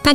大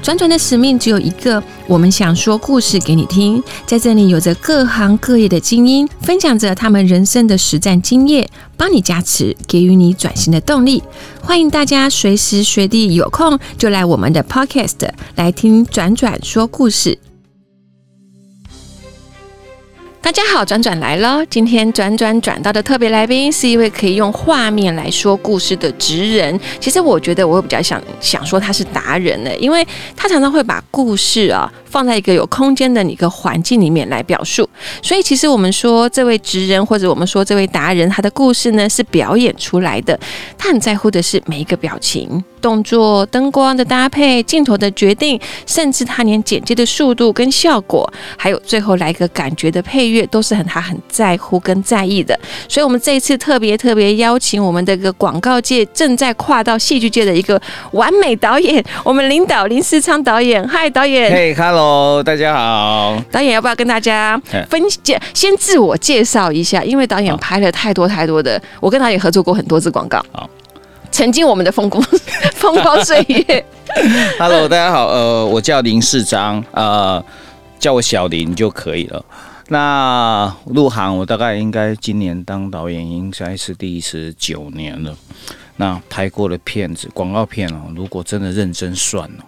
转转的使命只有一个，我们想说故事给你听。在这里，有着各行各业的精英，分享着他们人生的实战经验，帮你加持，给予你转型的动力。欢迎大家随时随地有空就来我们的 Podcast 来听转转说故事。大家好，转转来了。今天转转转到的特别来宾是一位可以用画面来说故事的职人。其实我觉得我会比较想想说他是达人呢，因为他常常会把故事啊放在一个有空间的一个环境里面来表述。所以其实我们说这位职人或者我们说这位达人，他的故事呢是表演出来的。他很在乎的是每一个表情、动作、灯光的搭配、镜头的决定，甚至他连剪接的速度跟效果，还有最后来一个感觉的配乐，都是很他很在乎跟在意的。所以，我们这一次特别特别邀请我们的一个广告界正在跨到戏剧界的一个完美导演，我们领导林世昌导演。嗨，导演。嘿、h e l l o 大家好。导演要不要跟大家嗯分介先自我介绍一下？因为导演拍了太多太多的，我跟导演合作过很多次广告好。曾经我们的风光 风光岁月， Hello，大家好。呃，我叫林世章，呃，叫我小林就可以了。那入行我大概应该今年当导演应该是第十九年了。那拍过的片子，广告片哦，如果真的认真算哦，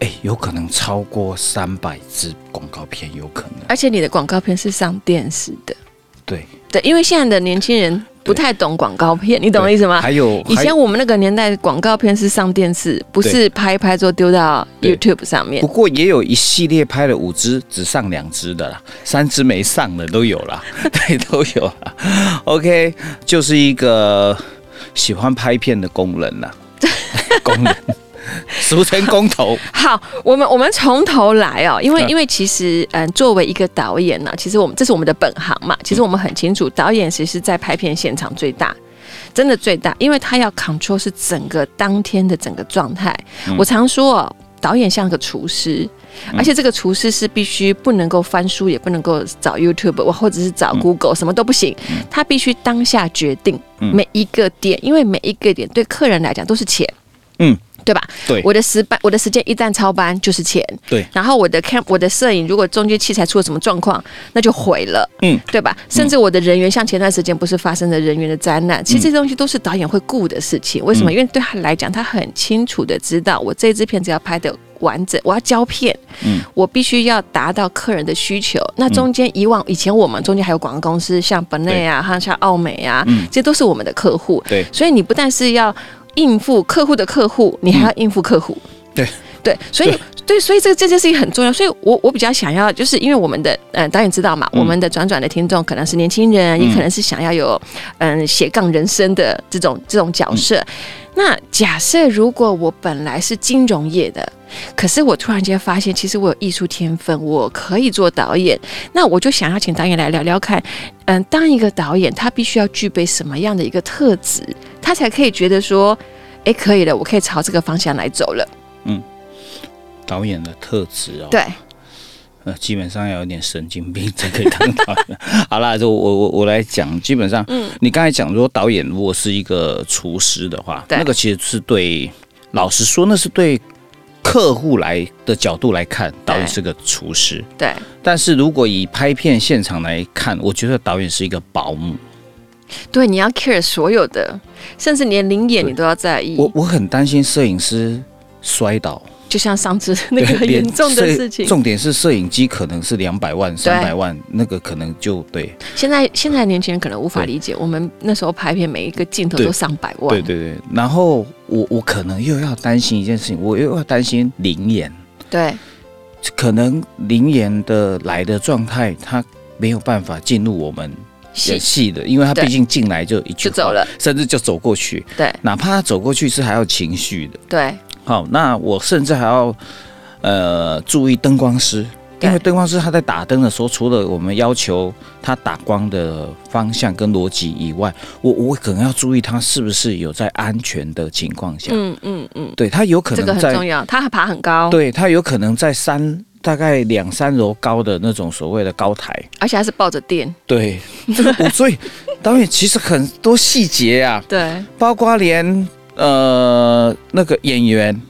哎、有可能超过三百支广告片，有可能。而且你的广告片是上电视的，对，对，因为现在的年轻人不太懂广告片，你懂我意思吗？还有以还前我们那个年代，广告片是上电视，不是拍一拍之后丢到对 YouTube 上面不。过也有一系列拍了五支，只上两支的啦，三支没上的都有啦，对，都有啦。OK，就是一个喜欢拍片的工人啦，工人，俗称工头。好，我们我们从头来哦，因为嗯因为其实嗯，作为一个导演呢、其实我们这是我们的本行嘛，其实我们很清楚，导演其实在拍片现场最大。真的最大，因为他要 control 是整个当天的整个状态。我常说哦，导演像个厨师，而且这个厨师是必须不能够翻书，也不能够找 YouTube 或者是找 Google，、什么都不行，他必须当下决定嗯每一个点，因为每一个点对客人来讲都是钱。嗯，对吧？对我的时班，我的时间一旦超班就是钱。对，然后我的 cam，我的摄影如果中间器材出了什么状况，那就毁了，嗯，对吧？甚至我的人员，像前段时间不是发生了人员的灾难，嗯其实这些东西都是导演会顾的事情。为什么？因为对他来讲，他很清楚的知道，我这支片子要拍的完整，我要胶片，嗯，我必须要达到客人的需求。那中间以往以前我们中间还有广告公司，像本内啊，还有像奥美啊，嗯这都是我们的客户。对所以你不但是要应付客户的客户，你还要应付客户。对对，所以对，所以这这件事情很重要。所以我我比较想要，就是因为我们的呃导演知道嘛，我们的转转的听众可能是年轻人，也可能是想要有嗯斜杠人生的这种这种角色。那假设如果我本来是金融业的，可是我突然间发现，其实我有艺术天分，我可以做导演。那我就想要请导演来聊聊看，嗯，当一个导演，他必须要具备什么样的一个特质，他才可以觉得说，诶，可以了，我可以朝这个方向来走了。导演的特质哦，对，呃，基本上要有点神经病才可以当导演。 好啦，就我我我来讲，基本上，嗯你刚才讲说导演如果是一个厨师的话，对那个其实是对，老实说，那是对客户来的角度来看，导演对是个厨师。对，但是如果以拍片现场来看，我觉得导演是一个保姆。对，你要 care 所有的，甚至连灵眼你都要在意。我我很担心摄影师摔倒，就像上次那个对很连严重的摄事情，重点是摄影机可能是两百万、三百万，那个可能就对。现在现在年轻人可能无法对理解，我们那时候拍片每一个镜头都对上百万。对对对，然后我我可能又要担心一件事情，我又要担心灵眼，对可能灵眼的来的状态，他没有办法进入我们是演戏的，因为他对毕竟进来就一句就话走，了。甚至就走过去，对哪怕他走过去是还有情绪的。对好，那我甚至还要呃注意灯光师，对因为灯光师他在打灯的时候，除了我们要求他打光的方向跟逻辑以外，我我可能要注意他是不是有在安全的情况下，嗯嗯嗯，对他有可这个能很在重要，它爬很高，对它有可能在三大概两三楼高的那种所谓的高台。而且它是抱着电， 对，这个我所以导演其实很多细节啊，对包括连呃那个演员，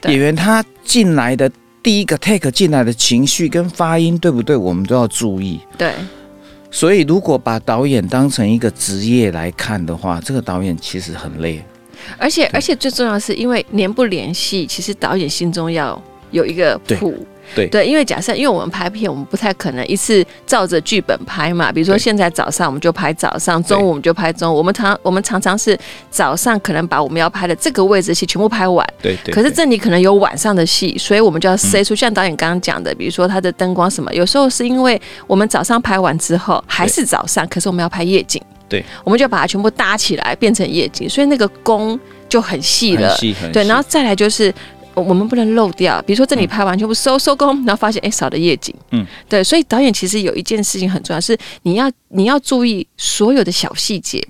对演员他进来的第一个 take 进来的情绪跟发音对不对，我们都要注意。对，所以，如果把导演当成一个职业来看的话，这个导演其实很累。而且而且最重要的是，因为联不联系，其实导演心中要有一个谱。对对因为假设，因为我们拍片，我们不太可能一次照着剧本拍嘛。比如说，对现在早上我们就拍早上，对中午我们就拍中午。我们常我们常常是早上可能把我们要拍的这个位置戏全部拍完，对对嗯可是这里可能有晚上的戏，所以我们就要塞出、像导演刚刚讲的，比如说它的灯光什么，有时候是因为我们早上拍完之后还是早上，可是我们要拍夜景，对，我们就把它全部搭起来变成夜景，所以那个工就很细了很，细很细对，然后再来就是。我我们不能漏掉，比如说这里拍完全部收收工，然后发现哎少了夜景，嗯，对，所以导演其实有一件事情很重要，是你要你要注意所有的小细节，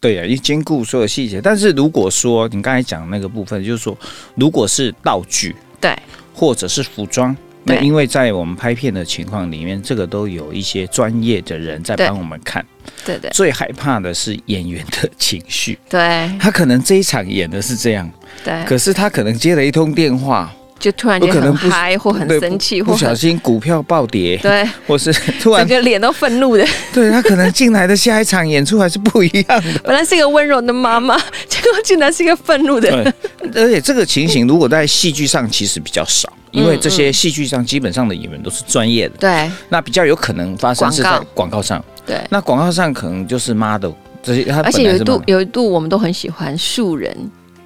对呀、啊，一兼顾所有细节。但是如果说你刚才讲那个部分，就是说，如果是道具对或者是服装，对那因为在我们拍片的情况里面，这个都有一些专业的人在对帮我们看。对对最害怕的是演员的情绪，对他可能这一场演的是这样，对，可是他可能接了一通电话，就突然间我可能很不嗨或很对生气不或小很心股票暴跌，对，或是突然整个脸都愤 怒的。对他可能进来的下一场演出还是不一样的。本来是一个温柔的妈妈， 结果竟然是一个愤怒的。对， 而且这个情形如果在戏剧上其实比较少，嗯因为这些戏剧上基本上的演员都是专业的，对那比较有可能发生是在嗯广广告上。对，那广告上可能就是 model 这些，他而且本有来一是度 model 有一度我们都很喜欢素人，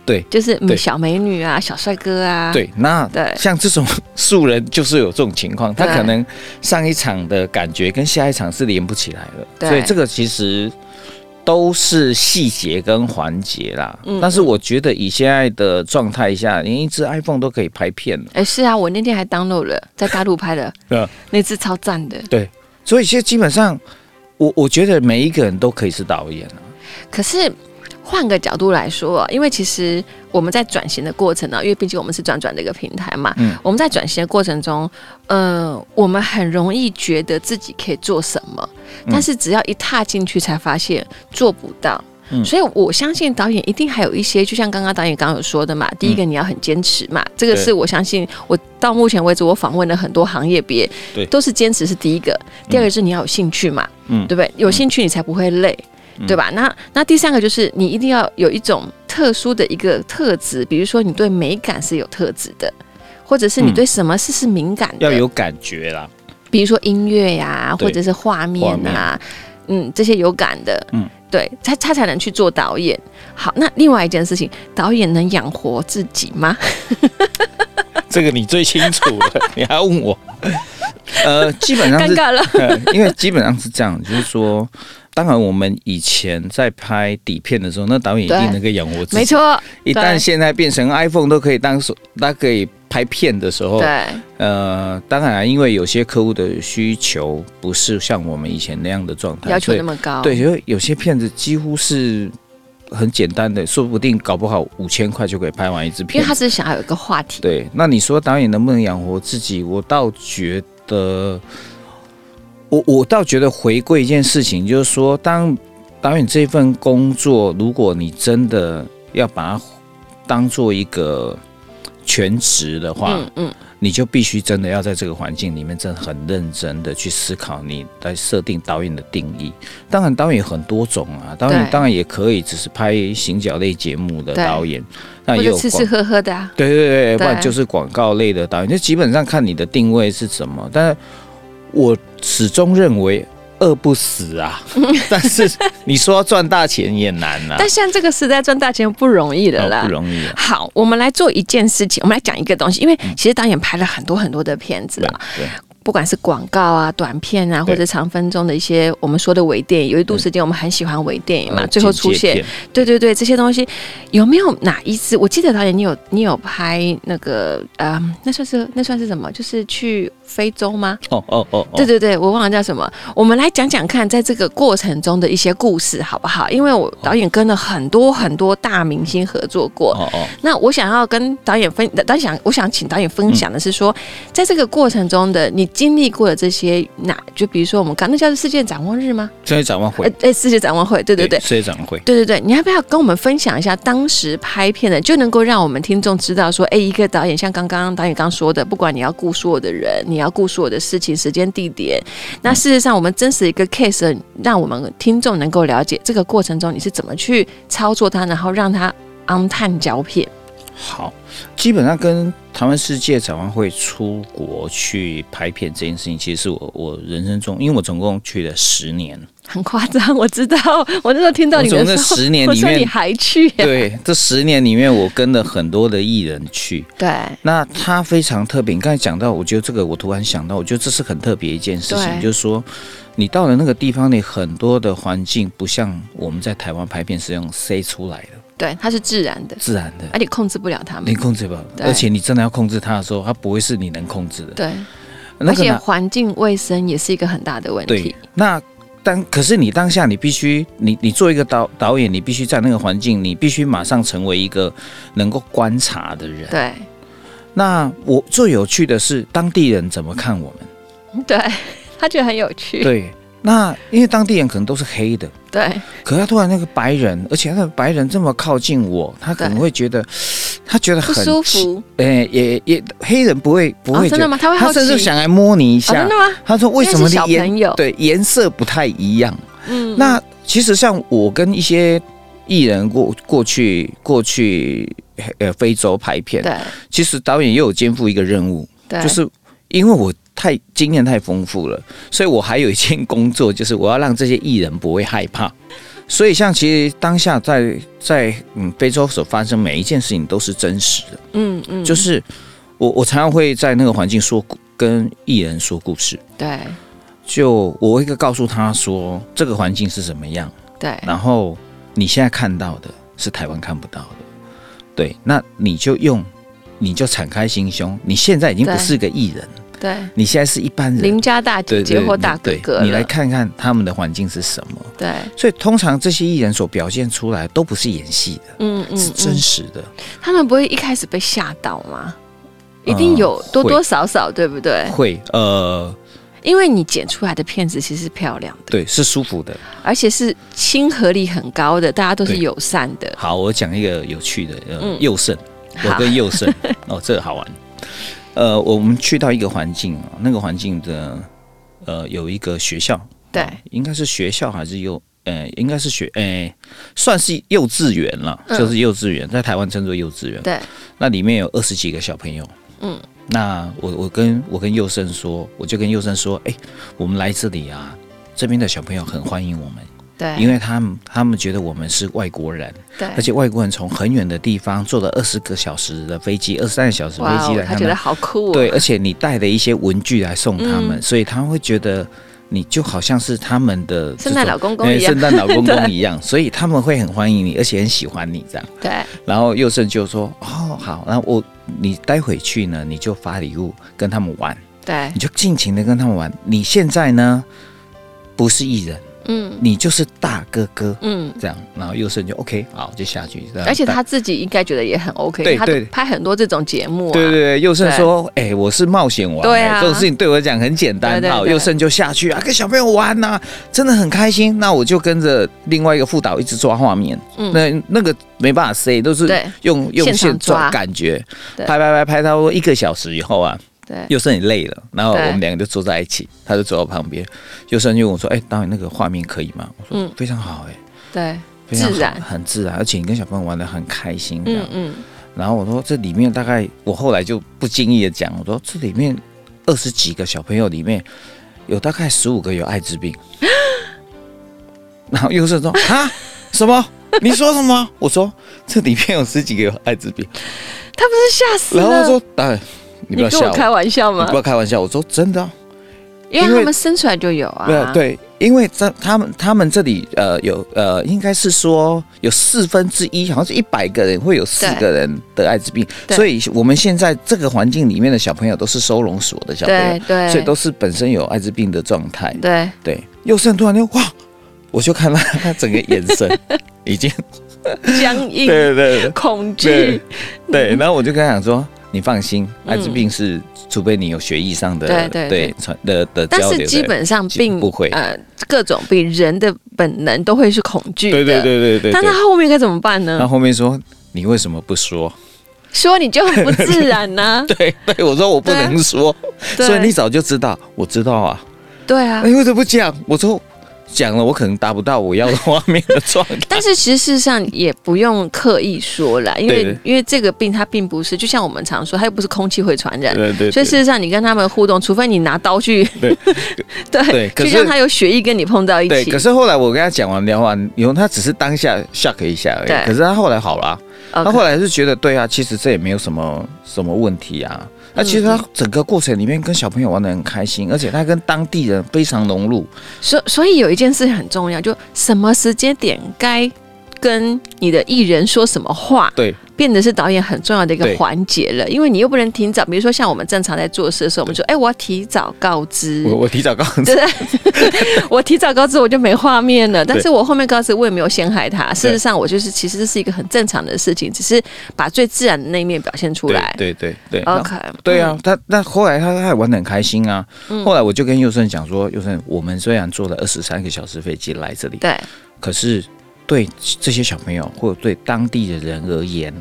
对就是嗯对小美女啊、小帅哥啊，对，那对像这种素人就是有这种情况，他对可能上一场的感觉跟下一场是连不起来对了，所以这个其实都是细节跟环节啦。嗯但是我觉得以现在的状态下，连一只 iPhone 都可以拍片了，哎是啊，我那天还 download 了，在大陆拍 的，对啊那次超赞的。所以其实基本上，我我觉得每一个人都可以是导演啊。可是换个角度来说，因为其实我们在转型的过程呢、啊因为毕竟我们是转转的一个平台嘛，嗯我们在转型的过程中，呃，我们很容易觉得自己可以做什么，但是只要一踏进去，才发现做不到。嗯所以我相信导演一定还有一些，就像刚刚导演刚刚有说的嘛，第一个你要很坚持嘛，这个嗯对是我相信我到目前为止我访问了很多行业别，对都是坚持是第一个，第二个是你要有兴趣嘛，嗯对不对？有兴趣你才不会累，对吧？那那第三个就是你一定要有一种特殊的一个特质，比如说你对美感是有特质的，或者是你嗯对什么事是敏感的，要有感觉啦。比如说音乐呀、对或者是画面啊，嗯，这些有感的，嗯。对他，他才能去做导演。好，那另外一件事情，导演能养活自己吗？这个你最清 楚了，你还要问我？呃，基本上尴是尬了， 因为基本上是这样，就是说，当然我们以前在拍底片的时候，那导演一对定能够养活自己。没，错，一对旦现在变成 iPhone 都可以当手，它可以拍片的时候，对呃，当然因为有些客户的需求不是像我们以前那样的状态，要求所以那么高，对，因为有些片子几乎是。很简单的，说不定搞不好五千块就可以拍完一支因片为。他只是想要有一个话题，对，那你说导演能不能养活自己？我倒觉得，我我倒觉得回归一件事情，就是说，当导演这份工作，如果你真的要把它当做一个全职的话，嗯嗯，你就必须真的要在这个环境里面，真的很认真的去思考你来设定导演的定义。当然，导演很多种啊，导演对当然也可以只是拍行脚类节目的对导演，那或也有者吃广吃喝喝的啊，对对对，不然对就是广告类的导演，就基本上看你的定位是什么。但我始终认为饿不 死啊，但是你说要赚大钱也难啊，但现在这个时代赚大钱不容易的哦啦，不容易啊。嗯好，我们来做一件事情，我们来讲一个东西，因为其实导演拍了很多很多的片子对啊，对不管是广告啊、短片啊，对或者长分钟的一些我们说的微电影，有一度时间我们很喜欢微电影嘛，呃最后简出介现片，对对对，这些东西有没有哪一支？我记得导演你有你有拍那个呃，那算是那算是什么？就是去非洲吗？哦哦哦，哦对对对，我忘了叫什么。我们来讲讲看，在这个过程中的一些故事好不好？因为哦我导演跟了很多很多大明星合作过。哦哦，那我想要跟导演分，导演想我想请导演分享的是说，在这个过程中的你经历过的这些哪，就比如说我们刚那叫做世界展望日吗？社会展望会呃，，哎，世界展望会，对对对，社会展望会。对对对，你要不要跟我们分享一下当时拍片的，就能够让我们听众知道说，哎，一个导演像刚刚导演刚说的，不管你要顾所有的人，你要顾所有的事情、时间、地点。那事实上，我们真实一个 case，让我们听众能够了解这个过程中你是怎么去操作它，然后让它 on time 胶片。好，基本上跟台湾世界展望会出国去拍片这件事情，其实是我我人生中，因为我总共去了十年，很夸张，我知道，我那时候听到你我的从那时候， 10年我里说面你还去、呀？ 对，这十年里面我跟了很多的艺人去，对那他非常特别。你刚才讲到，我觉得这个我突然想到，我觉得这是很特别一件事情，对就是说你到了那个地方，你很多的环境不像我们在台湾拍片是用塞出来的，对，它是自然的，自然的。而且控制不了他们你。控制不了，对而且你真的要控制它的时候，它不会是你能控制的。对，那而个且哪环境卫生也是一个很大的问题对。，那当可是你当下你必须，你你做一个导导演，你必须在那个环境，你必须马上成为一个能够观察的人。对那我最有趣的是当地人怎么看我 们？对，他觉得很有趣。对，那因为当地人可能都是黑的，对可他突然那个白人，而且那个白人这么靠近我，他可能对会觉得他觉得不很舒奇，服哎、也也黑人不会不哦会觉真得，的吗？他会好他奇，甚至想来摸你一哦、下。真的吗？他说：“为什么因是小你颜朋友？对颜色不太一样？”嗯，那其实像我跟一些艺人过过去过去呃非洲拍片，对其实导演也有肩负一个任务，对，就是因为我太经验太丰富了，所以我还有一件工作，就是我要让这些艺人不会害怕。 所以像其实当下在在嗯非洲所发生每一件事情都是真实的，嗯嗯，就是我我常常会在那个环境说故跟艺人说故事，对就我会告诉他说这个环境是什么样。对然后你现在看到的是台湾看不到的，对，那你就用，你就敞开心胸，你现在已经不对是个艺人，对，你现在是一般人，邻家大姐对姐对或你大哥对哥你来了看看他们的环境是什么。对，所以通常这些艺人所表现出来都不是演戏的，嗯嗯是真嗯，实的，他们不会一开始被吓到吗？一定有嗯多多会少少，对不对？会呃，因为你剪出来的片子其实是漂亮的，对，是舒服的。而且是亲和力很高的，大家都是对友善的。好，我讲一个有趣的，呃嗯，佑胜，我好跟佑胜，哦，这个好玩。呃，我们去到一个环境啊，那个环境的呃有一个学校，哦对应该是学校还是幼，呃，应该是学，呃，算是幼稚园了，嗯就是幼稚园，在台湾称作幼稚园。对那里面有二十几个小朋友，嗯，那我我跟我跟佑胜说，我就跟佑胜说，哎、我们来这里啊，这边的小朋友很欢迎我们，对，因为他们他们觉得我们是外国人，对，而且外国人从很远的地方坐了二十个小时的飞机，二十三个小时飞哇机哦来，他觉看他得们，好酷哦。对，而且你带的一些文具来送他们，嗯所以他会觉得你就好像是他们的圣诞这种老公公哎一样圣诞老 公公一样，所以他们会很欢迎你，而且很喜欢你这样。对然后佑胜就说：“哦，好，那我你待会去呢，你就发礼物跟他们玩，对你，就尽情的跟他们玩。你现在呢不是艺人，嗯你就是大哥哥。”嗯，这样，然后佑胜就 OK，好，就下去。这样而且他自己应该觉得也很 OK，呃对他对拍很多这种节目啊，对对对，佑胜说：“哎、我是冒险王、对哎啊这种事情对我来讲很简单。对对好，对佑胜就下去啊，跟小朋友玩呐、真的很开心。那我就跟着另外一个副导一直抓画面，嗯那那个没办法 say，都是对用用现场现抓抓感觉，对拍拍拍拍到一个小时以后啊，对佑胜也累了，然后我对们两个就坐在一起，他就坐我旁边，佑胜就问我说：“哎、导演那个画面可以吗？”我说：“嗯非常好、哎。”对非常好自然很自然，而且你跟小朋友玩的很开心这样嗯。嗯，然后我说这里面大概，我后来就不经意的讲，我说这里面二十几个小朋友里面有大概十五个有艾 滋病，然后又是说啊什么？你说什么？我说这里面有十几个有艾滋病，他不是吓死然后他了？说哎，你不你要跟吓我我，开玩笑吗你不？要开玩笑，我说真的啊、因为因为他们生出来就有啊。没有，对，因为这他们他们这里呃有呃应该是说有四分之一，好像是一百个人会有四对个人得艾滋病，对所以我们现在这个环境里面的小朋友都是收容所的小朋对友，对，所以都是本身有艾滋病的状态。对。对，右胜突然就哇，我就看到他整个眼神已经僵硬、对对对恐对惧，对，然后我就跟他讲说。你放心，艾滋嗯病是，除非你有学艺上的对对对传的的但交流是的，基本上并不会呃，各种比人的本能都会是恐惧的。对对对对对。但对他后面该怎么办然后呢？后面说你为什么不说？说你就很不自然呐、 对对，我说我不对啊能说，对 所以你早就知道，我知道啊，对啊那。你为什么不讲？我说讲了，我可能达不到我要的画面的状态。 但是其实事实上也不用刻意说啦，因为对对因为这个病它并不是，就像我们常说，它又不是空气会传染，对对所以事实上你跟他们互动，除非你拿刀去，对 对，对可就是让他有血液跟你碰到一对，起，可是后来我跟他讲完聊完以后，他只是当下 shock 一下而对已。可是他后来好了啊、 OK 他后来是觉得对啊，其实这也没有什么什么问题啊。嗯那其实他整个过程里面跟小朋友玩的很开心，而且他跟当地人非常融入。所所以有一件事很重要，就什么时间点该跟你的艺人说什么话，对变得是导演很重要的一个对环节了。因为你又不能提早，比如说像我们正常在做事的时候，我们说，哎、我要提早告知。我，我提早告诉 你 对，我提早告知我就没画面了，但是我后面告知我也没有陷害他。事实上，我就是其实这是一个很正常的事情，只是把最自然的那一面表现出来。对对对对。 OK，对啊，他那后来他他还玩的很开心啊。嗯后来我就跟佑胜讲说，佑胜，我们虽然坐了二十三个小时飞机来这里，对可是对这些小朋友或者对当地的人而言，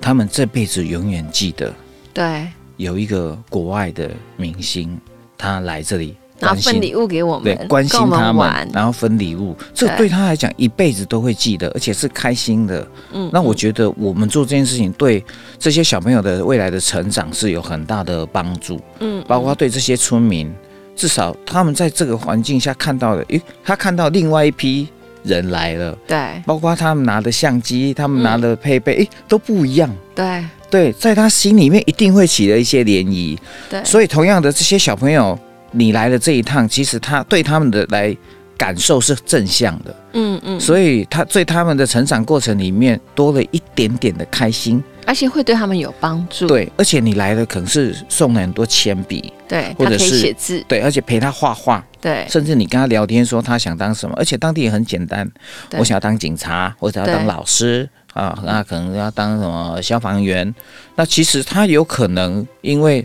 他们这辈子永远记得对，有一个国外的明星，他来这里然关后分心。礼物给我们，对，关心跟我他们玩们，，然后分礼物，这对对他来讲一辈子都会记得，而且是开心的。嗯那我觉得我们做这件事情，对这些小朋友的未来的成长是有很大的帮助。嗯包括对这些村民，至少他们在这个环境下看到的，诶，他看到另外一批人来了，对包括他们拿的相机，他们拿嗯的配备，诶，都不一样。对对，在他心里面一定会起了一些涟漪。对，所以，同样的，这些小朋友，你来了这一趟，其实他对他们的来感受是正向的，嗯嗯，所以他对他们的成长过程里面多了一点点的开心。而且会对他们有帮助。对，而且你来了，可能是送了很多铅笔，对，或他可者以是写字，对，而且陪他画画。对甚至你跟他聊天说他想当什么，而且当地也很简单，对我想要当警察，我想要当对老师啊，那可能要当什么消防员。那其实他有可能因为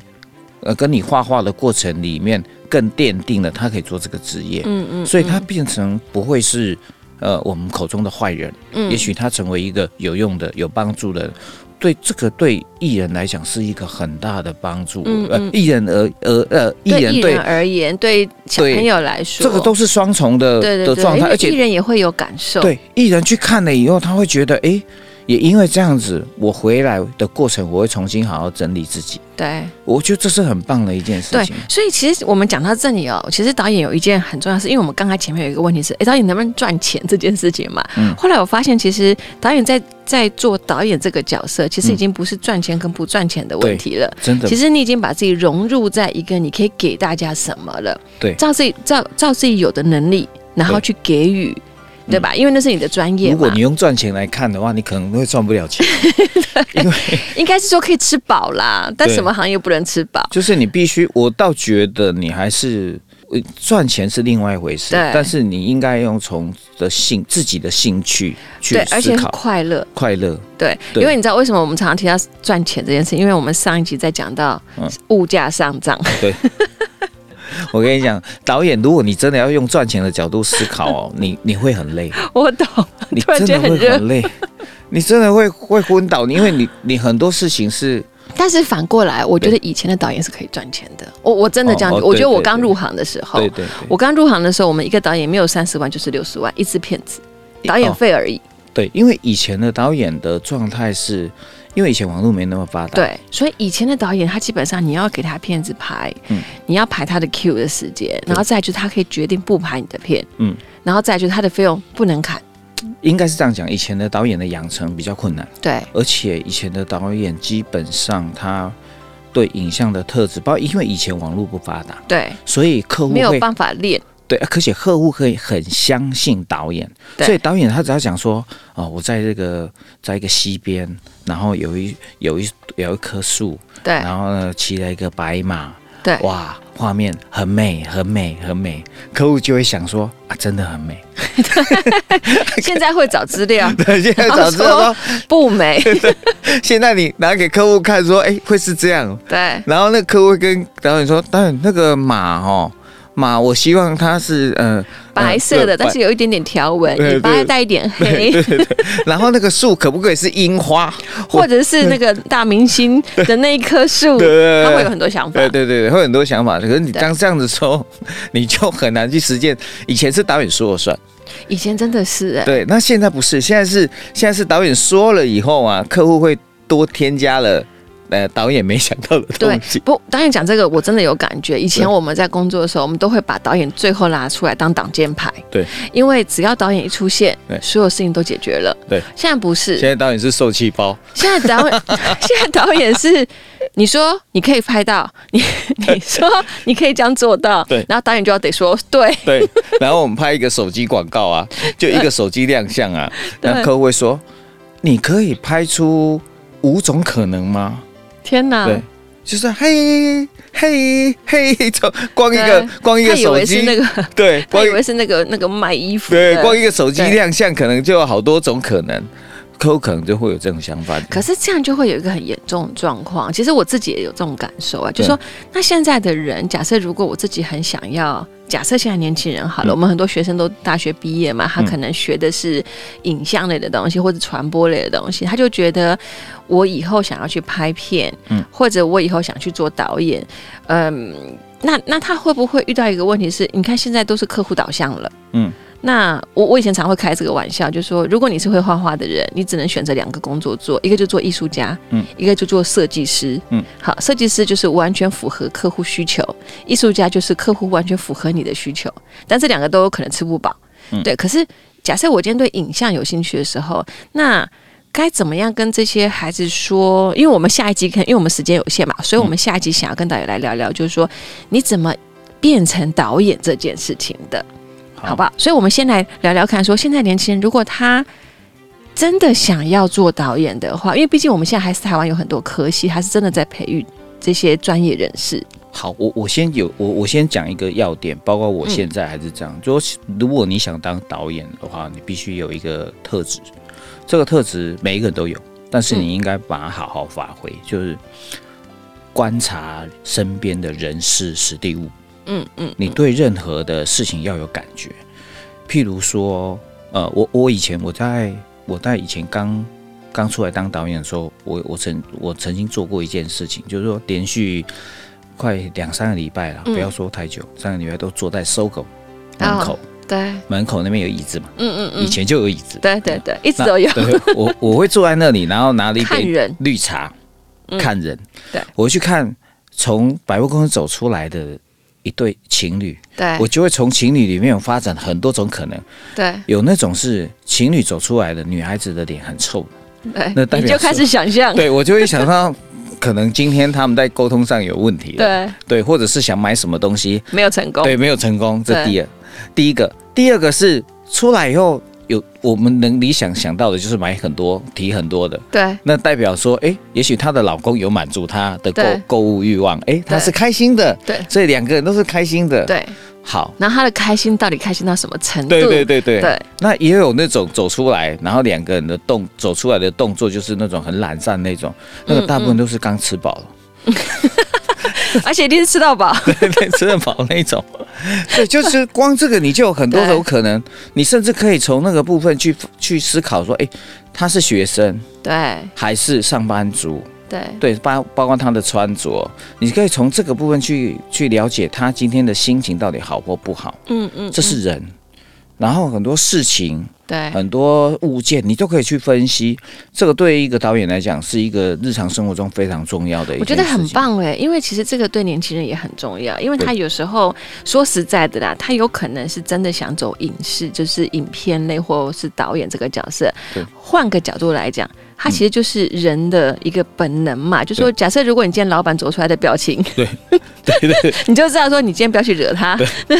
呃跟你画画的过程里面，更奠定了他可以做这个职业，嗯嗯，所以他变成不会是呃我们口中的坏人，嗯也许他成为一个有用的、有帮助的。对这个对艺人来讲是一个很大的帮助，嗯呃嗯，艺人而而呃，艺对人艺对人而言，对小朋友来说，这个都是双重的对对的对，状态，因为而且艺人也会有感受。对艺人去看了以后，他会觉得，诶，也因为这样子，我回来的过程，我会重新好好整理自己。对我觉得这是很棒的一件事对情。，所以其实我们讲到这里哦，其实导演有一件很重要的事，因为我们刚才前面有一个问题是，哎，导演能不能赚钱这件事情嘛？嗯后来我发现，其实导演在在做导演这个角色，其实已经不是赚钱跟不赚钱的问题了。嗯真的其，实你已经把自己融入在一个你可以给大家什么了，对照自己照照自己有的能力，然后对去给予，对吧？因为那是你的专业嗯如果嘛你，用赚钱来看的话，你可能会赚不 了钱，应该是说可以吃饱啦，但对什么行业不能吃饱？就是你必须。我倒觉得你还是。呃赚钱是另外一回事，对但是你应该用从的兴自己的兴趣去对，而思且很考快乐。快乐。对，对因为你知道为什么我们常常提到赚钱这件事？因为我们上一集在讲到嗯物价上涨， 我跟你讲，导演，如果你真的要用赚钱的角度思考哦，你你会很累。我懂， 你突然真的间很会热很累， 你真的会会昏倒，因为你你很多事情是但是反过来，我觉得以前的导演是可以赚钱的。我我真的这样觉哦得，哦我觉得我对对刚入行的时候对，对我刚入行的时候，我们一个导演没有三十万就是六十万，一支片子，对，导演哦费而已。对，因为以前的导演的状态是，因为以前网络没那么发达，，对，所以以前的导演他基本上你要给他片子拍，嗯你要排他的 Q 的时间，然后再来就是他可以决定不拍你的片，嗯然后再来就是他的费用不能砍。应该是这样讲，以前的导演的养成比较困难，对而且以前的导演基本上他对影像的特质，包括因为以前网络不发达，对，所以客户没有会办法练，对，而且客户可以很相信导演，对所以导演他只要讲说，哦，我在这个在一个溪边，然后有一有一有一棵树，对然后呢骑了一个白马，对，哇，画面很美，很美，很美，客户就会想说啊，真的 很美。现在会找资料 对，现在早知 道说， 不美，现在你拿给客户看说，哎、会是这样，对然后那客户会跟导演说，导演那个马哦，马我希望它是呃白色的，但是有一点点条纹，对尾巴对带一点黑，然后那个树可不可以是樱花？ 或者是那个大明星的那一棵树，对对对他会有很多想法对。对对对，会有很多想法。可是你对当这样的时候，你就很难去实践。以前是导演说了算，以前真的是哎，对，那现在不是，现在是现在是导演说了以后啊，客户会多添加了呃导演没想到的对东西，。不，导演讲这个我真的有感觉。以前我们在工作的时候，我们都会把导演最后拿出来当挡箭牌，对，因为只要导演一出现对，所有事情都解决了。对，现在不是，现在导演是受气包，现在导 演，现在导演是你说你可以拍到，你 你说你可以这样做到，对然后导演就要得说对， 对。然后我们拍一个手机广告啊，就一个手机亮相啊，对那客户会说：“你可以拍出五种可能吗？”天哪，对，就是嘿嘿嘿，就光一个对光一他个以手为是机，那个，对，他光以一为是那个那个卖衣服对的，光一个手机对亮相，可能就有好多种可能，客户可能就会有这种想法。可是这样就会有一个很严重的状况。其实我自己也有这种感受啊，就对说那现在的人，假设如果我自己很想要，假设现在年轻人好了，嗯我们很多学生都大学毕业嘛，他嗯可能学的是影像类的东西或者传播类的东西，他就觉得我以后想要去拍片，嗯或者我以后想去做导演，嗯，那那他会不会遇到一个问题是，你看现在都是客户导向了，嗯。那我我以前常会开这个玩笑，就说如果你是会画画的人，你只能选择两个工作做，一个就做艺术家，嗯，一个就做设计师，嗯，好，设计师就是完全符合客户需求，艺术家就是客户完全符合你的需求，但这两个都有可能吃不饱，嗯对。可是假设我今天对影像有兴趣的时候，那该怎么样跟这些孩子说？因为我们下一集看，因为我们时间有限嘛，所以嗯我们下一集想要跟导演来聊聊，就是说你怎么变成导演这件事情的。好不好？所以我们先来聊聊看，说现在年轻人如果他真的想要做导演的话，因为毕竟我们现在还是台湾有很多科系，还是真的在培育这些专业人士。好，我我先有我我先讲一个要点，包括我嗯现在还是这样。就说如果你想当导演的话，你必须有一个特质，这个特质每一个人都有，但是你应该把它好好发挥，就是观察身边的人事、实地物。嗯嗯，你对任何的事情要有感觉。譬如说，呃，我我以前我在我在以前刚刚出来当导演的时候，我我曾我曾经做过一件事情，就是说连续快两三个礼拜了，嗯不要说太久，三个礼拜都坐在搜狗门口，对，嗯门口那边有椅子嘛，嗯以前就有椅子，对对对，一直那都有对，我我会坐在那里，然后拿了一看杯人，绿茶，嗯看人，对我会去看从百货公司走出来的一对情侣。对我就会从情侣里面有发展很多种可能，对有那种是情侣走出来的女孩子的脸很臭，那对，代表你就开始想象，对我就会想到，可能今天他们在沟通上有问题了，对，对，或者是想买什么东西，没有成功，对，没有成功，这对第二，第一个，第二个是出来以后有我们能理想想到的就是买很多提很多的。对那代表说，诶，也许她的老公有满足她的购对购物欲望，诶，她对是开心的，对所以两个人都是开心的。，对。好，然后他的开心到底开心到什么程度？对对对对，对那也有那种走出来，然后两个人的动走出来的动作就是那种很懒散那种，那嗯个大部分都是刚吃饱了，而且一定是吃到饱。 对对，吃得饱那种。对，就是光这个你就有很多对种可能，你甚至可以从那个部分去去思考说，诶，他是学生对还是上班族？对对，包包括他的穿着，你可以从这个部分去去了解他今天的心情到底好或不好。嗯嗯，嗯这是人。然后很多事情，对，很多物件你都可以去分析。这个对于一个导演来讲，是一个日常生活中非常重要的一我觉件得事情。很棒哎，因为其实这个对年轻人也很重要，因为他有时候说实在的啦，他有可能是真的想走影视，就是影片类或是导演这个角色对。嗯换个角度来讲，他其实就是人的一个本能嘛。就说假设如果你今天老板做出来的表情，对对对，你就知道说你今天不要去惹他。 对，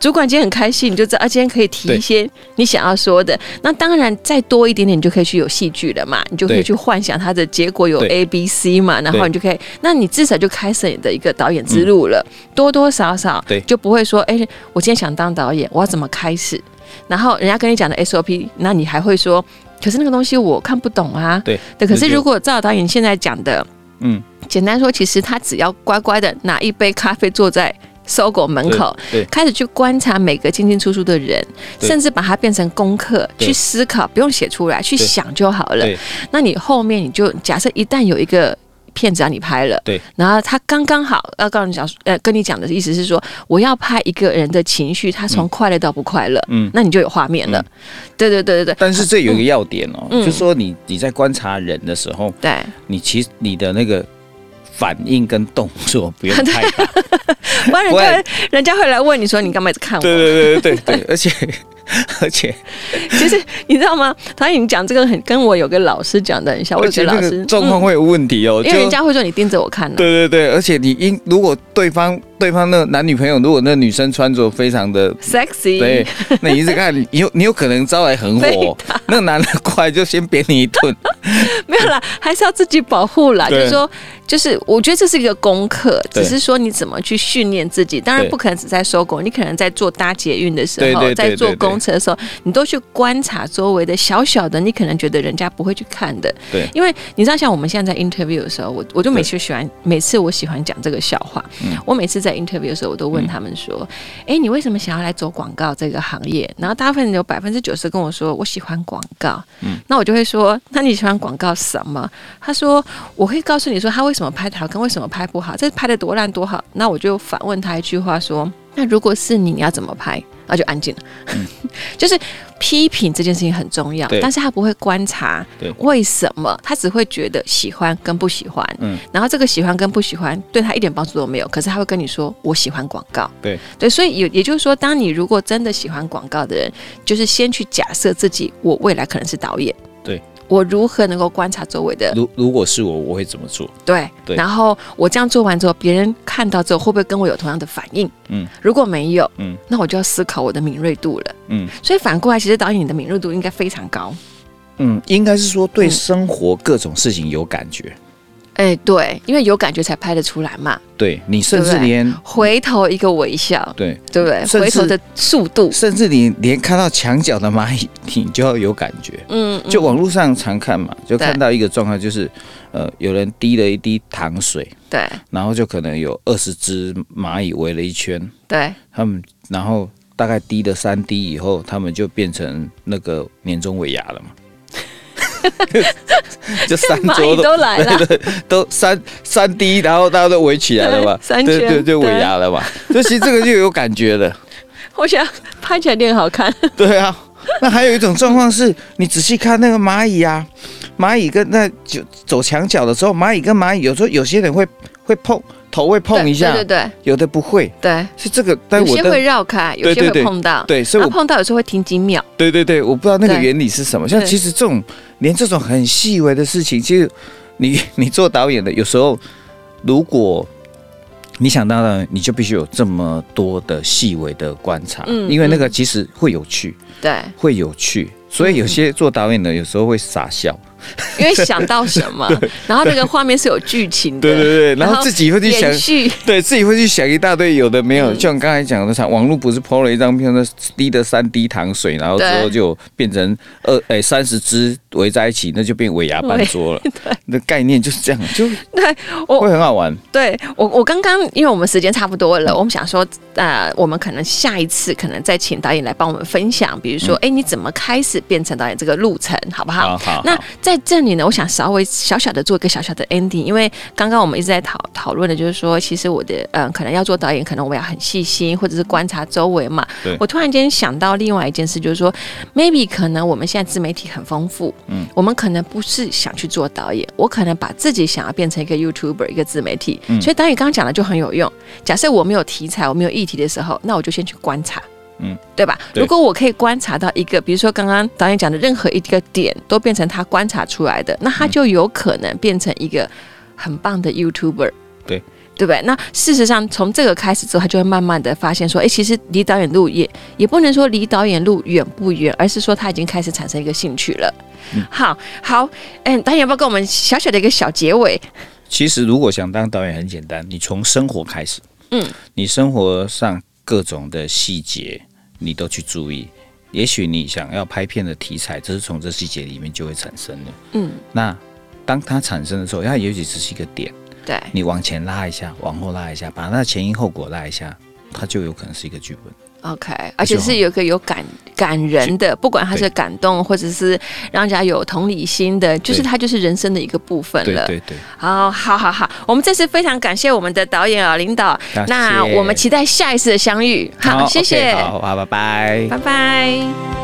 主管今天很开心，你就知道啊，今天可以提一些你想要说的。那当然再多一点点，你就可以去有戏剧了嘛，你就可以对去幻想它的结果有对 A、B、C 嘛，然后对你就可以，那你至少就开始你的一个导演之路了，多多少少对就不会说，哎、我今天想当导演，我要怎么开始？然后人家跟你讲的 SOP，那你还会说，可是那个东西我看不懂啊。对对，可是那就如果照导演现在讲的，嗯，简单说，其实他只要乖乖的拿一杯咖啡坐在搜狗门口，对对开始去观察每个进进出出的人，对甚至把它变成功课对去思考，不用写出来，去对想就好了对。那你后面你就假设一旦有一个。片子让你拍了，对，然后他刚刚好要告诉你讲，呃，跟你讲的意思是说，我要拍一个人的情绪，他从快乐到不快乐，嗯那你就有画面了，对对对对对但是这有一个要点哦，嗯就是说你你在观察人的时候， 对，你其实你的那个反应跟动作不用太大。不然人不家会然人家会来问你说你干嘛一直看我？对对对对对，而且而且 其实你知道吗？导演，你讲这个很跟我有个老师讲的很像，我而有且个老那师个状嗯况会有问题哦，因为人家会说你盯着我看呢、对对对，而且你应如果对方对方那男女朋友，如果那女生穿着非常的 s e x y 对，那你一直看，你有你有可能招来横对火，那男的过来就先扁你一 顿，没有啦，还是要自己保护啦。就对是说，就是我觉得这是一个功课，只对是说你怎么去训练自己。当然对不可能只在收狗，你可能在坐搭捷运的时对候，对对在坐对对公车的时候，你都去观察周围的小小的，你可能觉得人家不会去看的。对因为你知道，像我们现在在 interview 的时候，我我就每次喜欢，每次我喜欢讲这个笑话。嗯我每次在 interview 的时候，我都问嗯他们说：“哎、你为什么想要来走广告这个行业？”然后大部分有百分之九十跟我说：“我喜欢广告。”嗯那我就会说，那你喜欢广告什么？他说，我会告诉你说他为什么拍的好，跟为什么拍不好，这拍的多烂多好。那我就反问他一句话说，那如果是你，你要怎么拍？那就安静了。就是批评这件事情很重要对，但是他不会观察对为什么，他只会觉得喜欢跟不喜欢。嗯然后这个喜欢跟不喜欢对他一点帮助都没有，可是他会跟你说我喜欢广告。对对，所以也也就是说，当你如果真的喜欢广告的人，就是先去假设自己，我未来可能是导演。对。我如何能够观察周围的如如果是我，我会怎么做？对，对然后我这样做完之后，别人看到之后会不会跟我有同样的反应？嗯，如果没有，嗯那我就要思考我的敏锐度了。嗯所以反过来，其实导演你的敏锐度应该非常高。嗯，应该是说对嗯生活各种事情有感觉，哎，对，因为有感觉才拍得出来嘛。对你甚对至不对连回头一个微笑，对，对不对？甚至回头的速度，甚至你连看到墙角的蚂蚁， 你就要有感觉。嗯，嗯就网络上常看嘛，就对看到一个状况，就是，呃，有人滴了一滴糖水，对然后就可能有二十只蚂蚁围了一圈， 对他们然后大概滴了三滴以后，他们就变成那个年终尾牙 了嘛。就三蚂周蚁都都来了，都三三滴，然后大家都围起来了嘛对， 啊三对对圈对，尾牙了嘛，就其实这个就有感觉 了，我想拍起来脸好看。对啊。那还有一种状况是，你仔细看那个蚂蚁啊，蚂蚁跟那就走墙角的时候，蚂蚁跟蚂蚁有时候有些人会会碰头会 碰一下，对对有的不会，对是这个，对，但有我些的会绕开，有对些对会对碰到，对，所以然我后碰到有时候会停几秒。对对对，我不知道那个对原理是什么。像对其实这种连这种很细微的事情，其实你 你做导演的，有时候如果你想到的，你就必须有这么多的细微的观察，嗯因为那个嗯其实会有趣，对，会有趣。所以有些做导演的有时候会傻笑，因为想到什 么，然后那个画面是有剧情的，对对对，然然后后自己会 去想延，续，对自己会去想一大堆有的没有，嗯就像刚才讲的，网络不是 PO 了一张片，那滴的三滴糖水，然后之后对就变成二哎三十只围在一起，那就变尾牙半桌了。那概念就是这样，就对我会很好玩。对我，我刚刚因为我们时间差不多了，我们想说，呃，我们可能下一次可能再请导演来帮我们分享，比如说，哎、你怎么开始变成导演这个路程，好不好？好好好那在这里呢，我想稍微小小的做一个小小的 ending，因为刚刚我们一直在讨讨论的就是说，其实我的嗯，可能要做导演，可能我要很细心，或者是观察周围嘛对。我突然间想到另外一件事，就是说，maybe 可能我们现在自媒体很丰富，嗯，我们可能不是想去做导演，我可能把自己想要变成一个 YouTuber，一个自媒体。嗯所以导演刚刚讲的就很有用。假设我没有题材，我没有议题的时候，那我就先去观察。对吧？嗯对如果我可以观察到一个，比如说刚刚导演讲的任何一个点，都变成他观察出来的，那嗯他就有可能变成一个很棒的 YouTuber。对。对不对？那事实上，从这个开始之后，他就会慢慢的发现说，诶，其实离导演路也也不能说离导演路远不远，而是说他已经开始产生一个兴趣了。好好，嗯，导演要不要跟我们小小的一个小结尾？其实如果想当导演很简单，你从生活开始，嗯，你生活上各种的细节你都去注意。也许你想要拍片的题材，这是从这细节里面就会产生的。嗯，那当它产生的时候，它也许只是一个点，对，你往前拉一下，往后拉一下，把那前因后果拉一下，它就有可能是一个剧本。 OK，而且是有一个有感感人的，不管他是哦对感动或者是让人家有同理心的，就是他就是人生的一个部分对了。对对，好，好好好，我们这次非常感谢我们的导演啊，领导感。谢那我们期待下一次的相遇。好，谢 OK，谢，好，好，拜拜。拜拜。